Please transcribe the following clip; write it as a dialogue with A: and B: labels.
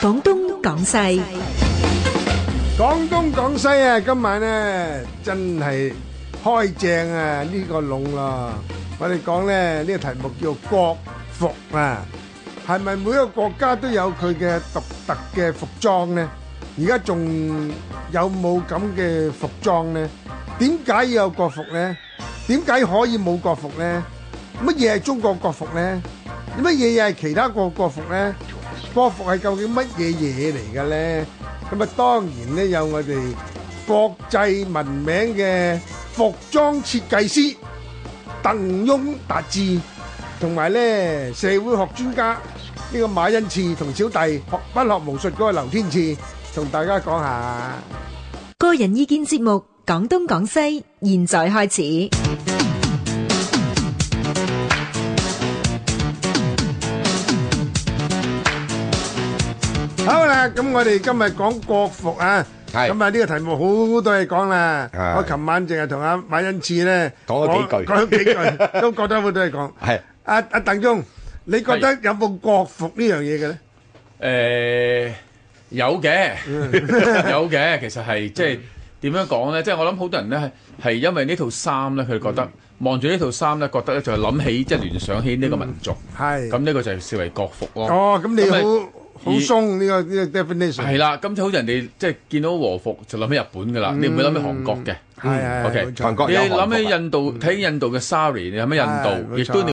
A: 廣東廣西
B: 廣東廣西啊，今晚咧真係開正啊呢、個籠啦！我哋講咧呢、個題目叫國服啊，係咪每一個國家都有佢嘅獨特嘅服裝呢？而家仲有冇咁嘅服裝呢？點解要有國服呢？點解可以冇國服呢？乜嘢係中國國服呢？乜嘢又係其他國國服呢？國服係究竟乜嘢嘢嚟嘅呢？咁啊，當然咧有我哋國際聞名嘅服裝設計師鄧翁達志，同埋咧社會學專家呢、個馬恩賜同小弟學不學無術嗰個劉天賜，同大家講下。
A: 個人意見節目《廣東廣西》，現在開始。
B: 好啦，咁我哋今日講國服啊，
C: 係
B: 咁啊呢個題目好多嘢講啦。
C: 係
B: 我琴晚淨係同阿馬恩賜咧
C: 講咗幾句
B: 講咗幾 句都覺得好多嘢講。
C: 係
B: 阿阿鄧翁，你覺得有冇國服呢樣嘢嘅咧？
D: 誒有嘅， 有嘅，其實係即係點樣講咧？即係我諗好多人咧係因為呢套衫咧，佢覺得望住呢套衫咧，覺得咧就係諗起即係聯想起呢個民族，
B: 係
D: 咁呢個就係視為國服咯。
B: 哦，咁你
D: 咁咪
B: 好好
D: 以
B: 鬆呢個呢個 definition。
D: 係啦，咁就好似人哋即係見到和服就諗起日本㗎啦，你唔會諗起韓國嘅。
B: 係係係
D: OK，
B: 冇錯
C: 韓國
D: 你
C: 有韓服
D: 諗起
C: 啊
D: 印度睇印度嘅 sari，你諗起
B: 係
D: 印度，
B: 冇
D: 亦
B: 錯
D: 都你